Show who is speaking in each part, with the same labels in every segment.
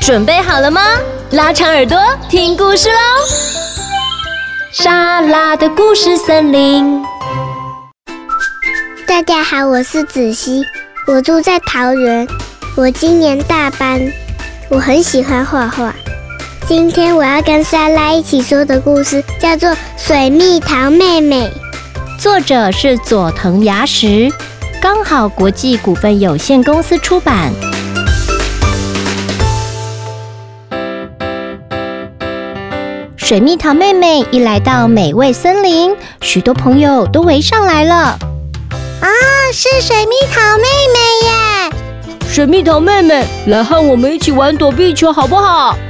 Speaker 1: 准备好了吗？拉长耳朵听故事喽！莎拉的故事森林，
Speaker 2: 大家好，我是子熙，我住在桃园，我今年大班，我很喜欢画画。今天我要跟莎拉一起说的故事叫做《水蜜桃妹妹》。
Speaker 1: 作者是佐藤雅史，刚好国际股份有限公司出版。水蜜桃妹妹一来到美味森林，许多朋友都围上来了。
Speaker 2: 啊是水蜜桃妹妹
Speaker 1: 水蜜桃妹妹，来和我们一起玩躲避球好不好？
Speaker 2: 耶。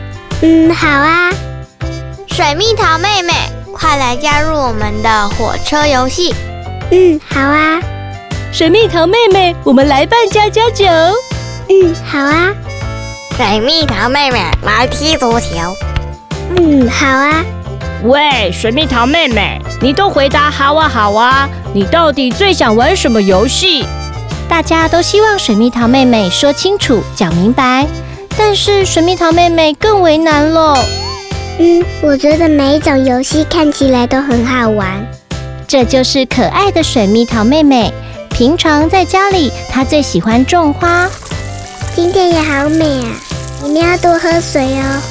Speaker 2: 嗯，好啊，
Speaker 3: 水蜜桃妹妹，快来加入我们的火车游戏！
Speaker 2: 嗯，好啊，
Speaker 1: 水蜜桃妹妹，我们来办家家酒。
Speaker 2: 嗯，好啊，
Speaker 3: 水蜜桃妹妹来踢足球，
Speaker 2: 嗯，好啊，
Speaker 4: 喂，水蜜桃妹妹，你都回答好啊好啊，你到底最想玩什么游戏？
Speaker 1: 大家都希望水蜜桃妹妹说清楚、讲明白，但是水蜜桃妹妹更为难喽。
Speaker 2: 嗯，我觉得每一种游戏看起来都很好玩。
Speaker 1: 这就是可爱的水蜜桃妹妹。平常在家里，她最喜欢种花，
Speaker 2: 今天也好美啊，你们要多喝水哦。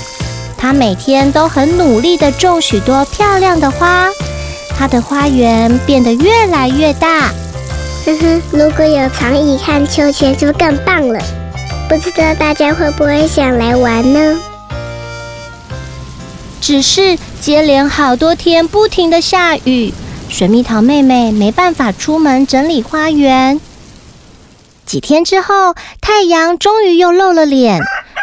Speaker 1: 她每天都很努力地种许多漂亮的花。她的花园变得越来越大。
Speaker 2: 哼嗯哼，如果有长椅和秋千就更棒了。不知道大家会不会想来玩呢？
Speaker 1: 只是接连好多天不停的下雨，水蜜桃妹妹没办法出门整理花园。几天之后，太阳终于又露了脸，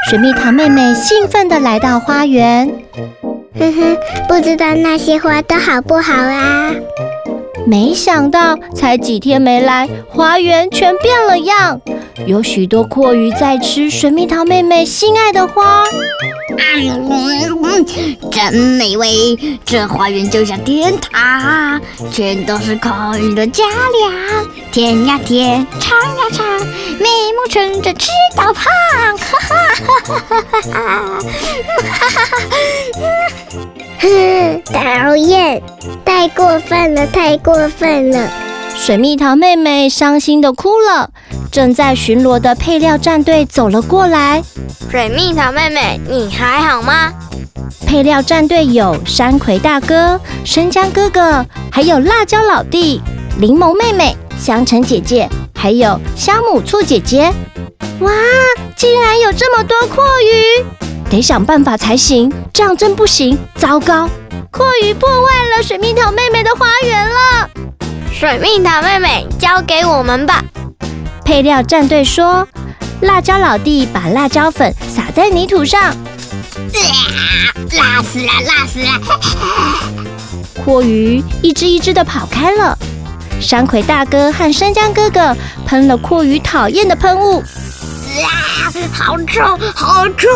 Speaker 1: 水蜜桃妹妹兴奋的来到花园。
Speaker 2: 哼哼，不知道那些花都好不好啊？
Speaker 1: 没想到，才几天没来，花园全变了样，有许多阔鱼在吃水蜜桃妹妹心爱的花。
Speaker 3: 真美味！这花园就像天堂，全都是空灵的家粮，舔呀舔，尝呀尝，美梦成真吃到胖，哈哈哈哈哈哈！
Speaker 2: 哼，讨厌，太过分了，太过分了。
Speaker 1: 水蜜桃妹妹伤心的哭了。正在巡逻的配料战队走了过来，
Speaker 3: 水蜜桃妹妹，你还好吗？
Speaker 1: 配料战队有山葵大哥、生姜哥哥，还有辣椒老弟、柠檬妹妹、香橙姐姐，还有香母醋姐姐。哇，竟然有这么多阔鱼！得想办法才行，这样真不行。糟糕，阔鱼破坏了水蜜桃妹妹的花园了。
Speaker 3: 水蜜桃妹妹，交给我们吧！
Speaker 1: 配料战队说，辣椒老弟把辣椒粉撒在泥土上，
Speaker 3: 辣死了，辣死了！
Speaker 1: 阔鱼一只一只的跑开了。山葵大哥和生姜哥哥喷了阔鱼讨厌的喷雾，
Speaker 3: 好臭，好臭！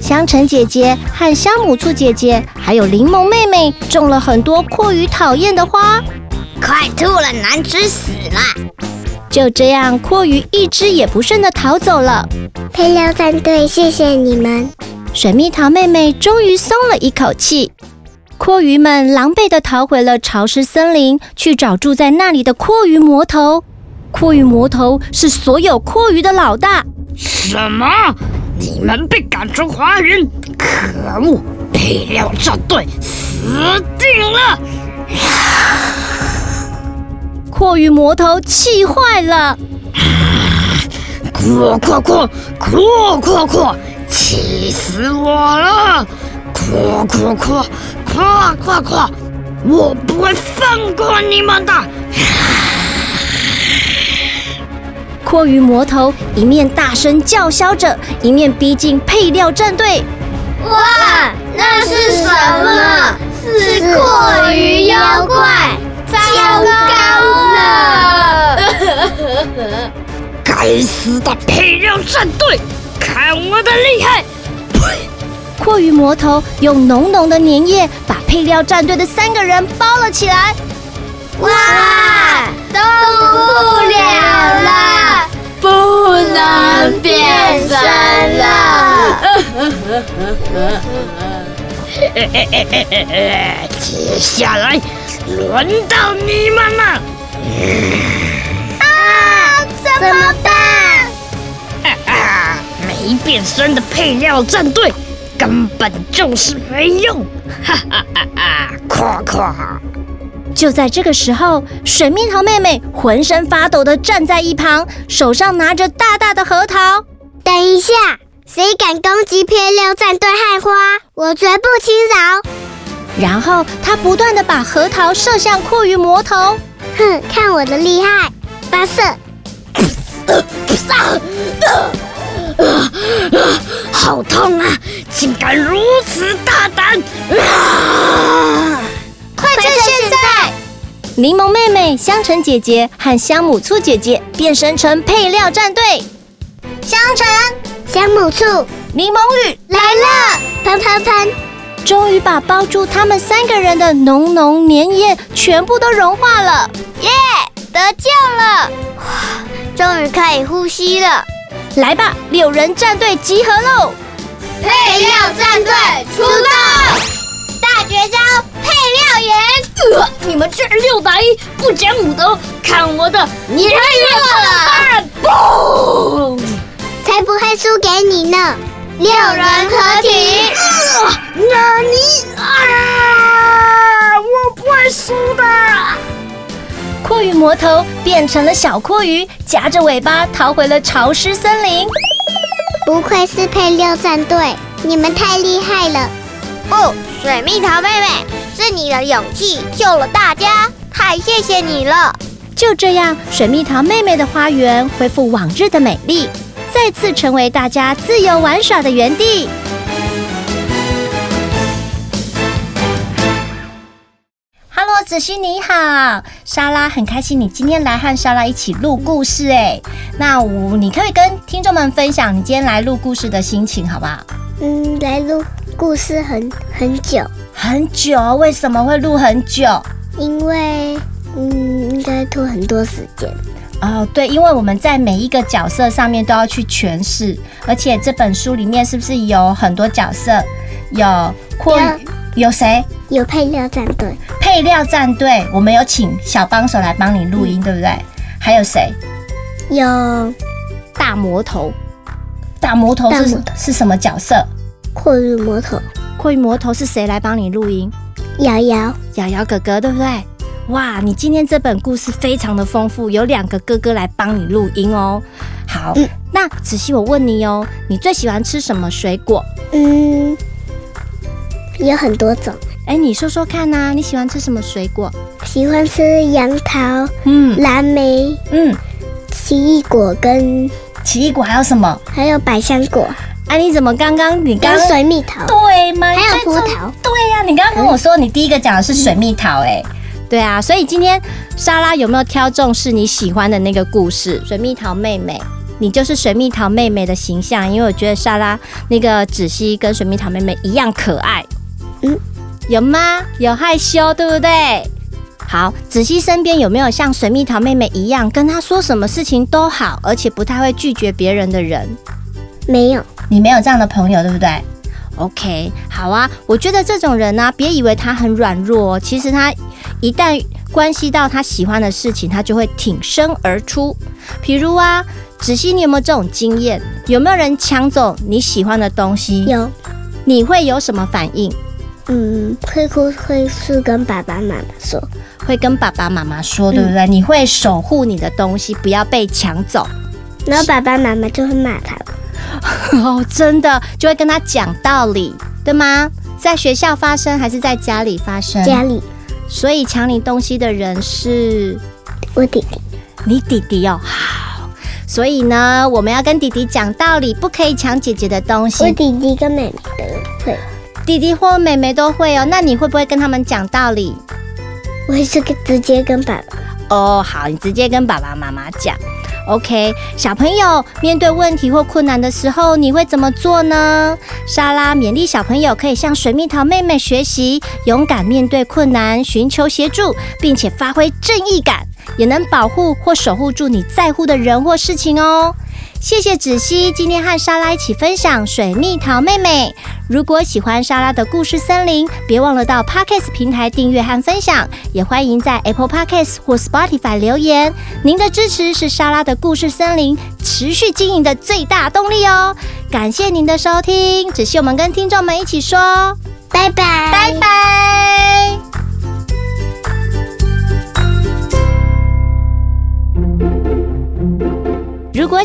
Speaker 1: 香橙姐姐和香母醋姐姐还有柠檬妹妹种了很多阔鱼讨厌的花。
Speaker 3: 快吐了，难吃死了！
Speaker 1: 就这样，阔鱼一只也不剩的逃走了。
Speaker 2: 配料战队，谢谢你们。
Speaker 1: 水蜜桃妹妹终于松了一口气。阔鱼们狼狈地逃回了潮湿森林，去找住在那里的阔鱼魔头。阔鱼魔头是所有阔鱼的老大，
Speaker 5: 什么？你们被赶出花园？可恶！配料战队死定了！
Speaker 1: 阔鱼魔头气坏了。
Speaker 5: 扩扩扩扩扩扩，气死我了！扩扩扩扩扩扩，我不会放过你们的！
Speaker 1: 阔鱼魔头一面大声叫嚣着，一面逼近配料战队。
Speaker 3: 哇，那是什么？是阔鱼妖怪！糟糕了！
Speaker 5: 该死的配料战队，看我的厉害！
Speaker 1: 阔鱼魔头用浓浓的粘液把配料战队的三个人包了起来。
Speaker 3: 哇，动不了了，不能变身。
Speaker 5: 接下来轮到你们了。
Speaker 2: 怎么办？
Speaker 5: 啊！没变身的配料战队根本就是没用，哈哈哈哈！夸夸，
Speaker 1: 就在这个时候，水蜜桃妹妹浑身发抖的站在一旁，手上拿着大大的核桃。
Speaker 2: 等一下，谁敢攻击配料战队汉花，我绝不轻饶！
Speaker 1: 然后她不断的把核桃射向阔鱼魔头。
Speaker 2: 哼，看我的厉害！发射，
Speaker 5: 好痛啊！竟敢如此大胆！啊！
Speaker 2: 快趁现在！
Speaker 1: 柠檬妹妹、香橙姐姐和香母醋姐姐变身成配料战队。香橙、
Speaker 2: 小母兔
Speaker 1: 柠檬雨
Speaker 2: 来了，喷喷喷！
Speaker 1: 终于把包住他们三个人的浓浓粘液全部都融化了。
Speaker 2: 得救了！终于可以呼吸了。
Speaker 1: 来吧，六人战队集合喽！
Speaker 2: 配料战队出动！大绝招，配料员！
Speaker 5: 呃，你们这六打一不讲武德，看我的！你太弱了！嘣！
Speaker 2: 才不会输给你呢！六人合体，
Speaker 5: 那你啊，我不会输的。
Speaker 1: 阔鱼魔头变成了小阔鱼，夹着尾巴逃回了潮湿森林。
Speaker 2: 不愧是配料战队，你们太厉害了！
Speaker 6: 不，
Speaker 3: 哦
Speaker 6: 水蜜桃妹妹，是你的勇气救了大家，太谢谢你了！
Speaker 1: 就这样，水蜜桃妹妹的花园恢复往日的美丽，再次成为大家自由玩耍的园地。Hello，子熙你好，莎拉很开心你今天来和莎拉一起录故事哎，那我你可不可以跟听众们分享你今天来录故事的心情好不好？
Speaker 2: 嗯，来录故事很很久，
Speaker 1: 很久，为什么会录很久？
Speaker 2: 因为嗯，应该拖很多时间。
Speaker 1: 哦，对，因为我们在每一个角色上面都要去诠释，而且这本书里面是不是有很多角色？有阔
Speaker 2: 有
Speaker 1: 有谁？
Speaker 2: 有配料战队，
Speaker 1: 配料战队，我们有请小帮手来帮你录音，对不对？还有谁？
Speaker 2: 有
Speaker 1: 大魔头，大魔头
Speaker 2: 大
Speaker 1: 是
Speaker 2: 魔头
Speaker 1: 是什么角色？
Speaker 2: 阔日魔头
Speaker 1: 阔鱼魔头是谁来帮你录音？
Speaker 2: 瑶瑶，
Speaker 1: 瑶瑶哥哥，对不对？哇，你今天这本故事非常的丰富，有两个哥哥来帮你录音哦。好，
Speaker 2: 嗯
Speaker 1: 那子熙，我问你哦，你最喜欢吃什么水果？
Speaker 2: 嗯，有很多种，
Speaker 1: 哎，你说说看呐、你喜欢吃什么水果？
Speaker 2: 喜欢吃杨桃、
Speaker 1: 嗯
Speaker 2: 蓝莓、
Speaker 1: 嗯，
Speaker 2: 奇异果跟
Speaker 1: 奇异果还有什么？
Speaker 2: 还有百香果
Speaker 1: 哎、你怎么刚刚你刚
Speaker 2: 跟水蜜桃，
Speaker 1: 对吗？
Speaker 2: 还有
Speaker 1: 你最
Speaker 2: 葡
Speaker 1: 重
Speaker 2: 萄。
Speaker 1: 对呀、你刚刚跟我说你第一个讲的是水蜜桃、哎、对啊，所以今天莎拉有没有挑中是你喜欢的那个故事《水蜜桃妹妹》？你就是水蜜桃妹妹的形象，因为我觉得莎拉那个芷溪跟水蜜桃妹妹一样可爱。嗯
Speaker 2: 嗯，
Speaker 1: 有吗？有害羞，对不对？好，芷溪身边有没有像水蜜桃妹妹一样，跟她说什么事情都好，而且不太会拒绝别人的人？
Speaker 2: 没有，
Speaker 1: 你没有这样的朋友，对不对？OK，好啊，我觉得这种人呢、别以为他很软弱、哦，其实他一旦关系到他喜欢的事情，他就会挺身而出。比如啊，子熙，你有没有这种经验？有没有人抢走你喜欢的东西？，
Speaker 2: 有，
Speaker 1: 你会有什么反应？
Speaker 2: 嗯，会哭会是跟爸爸妈妈说，
Speaker 1: 会跟爸爸妈妈说，对不对？你会守护你的东西，不要被抢走。
Speaker 2: 然后爸爸妈妈就会骂他。
Speaker 1: 哦，真的就会跟他讲道理，对吗？在学校发生还是在家里发生？
Speaker 2: 家里，
Speaker 1: 所以抢你东西的人是
Speaker 2: 我弟弟，
Speaker 1: 你弟弟哦。好，所以呢，我们要跟弟弟讲道理，不可以抢姐姐的东
Speaker 2: 我
Speaker 1: 西。
Speaker 2: 弟弟跟妹妹都会，
Speaker 1: 弟弟或妹妹都会哦。那你会不会跟他们讲道理？
Speaker 2: 我会是跟直接跟爸爸。
Speaker 1: 哦，好，你直接跟爸爸妈妈讲。OK，小朋友面对问题或困难的时候，你会怎么做呢？莎拉勉励小朋友可以向水蜜桃妹妹学习，勇敢面对困难，寻求协助，并且发挥正义感，也能保护或守护住你在乎的人或事情哦。谢谢子熙今天和莎拉一起分享水蜜桃妹妹。如果喜欢莎拉的故事森林，别忘了到 Podcast 平台订阅和分享，也欢迎在 Apple Podcast 或 Spotify 留言。您的支持是莎拉的故事森林持续经营的最大动力哦。感谢您的收听，子熙我们跟听众们一起说
Speaker 2: 拜拜，拜
Speaker 1: 拜拜。如果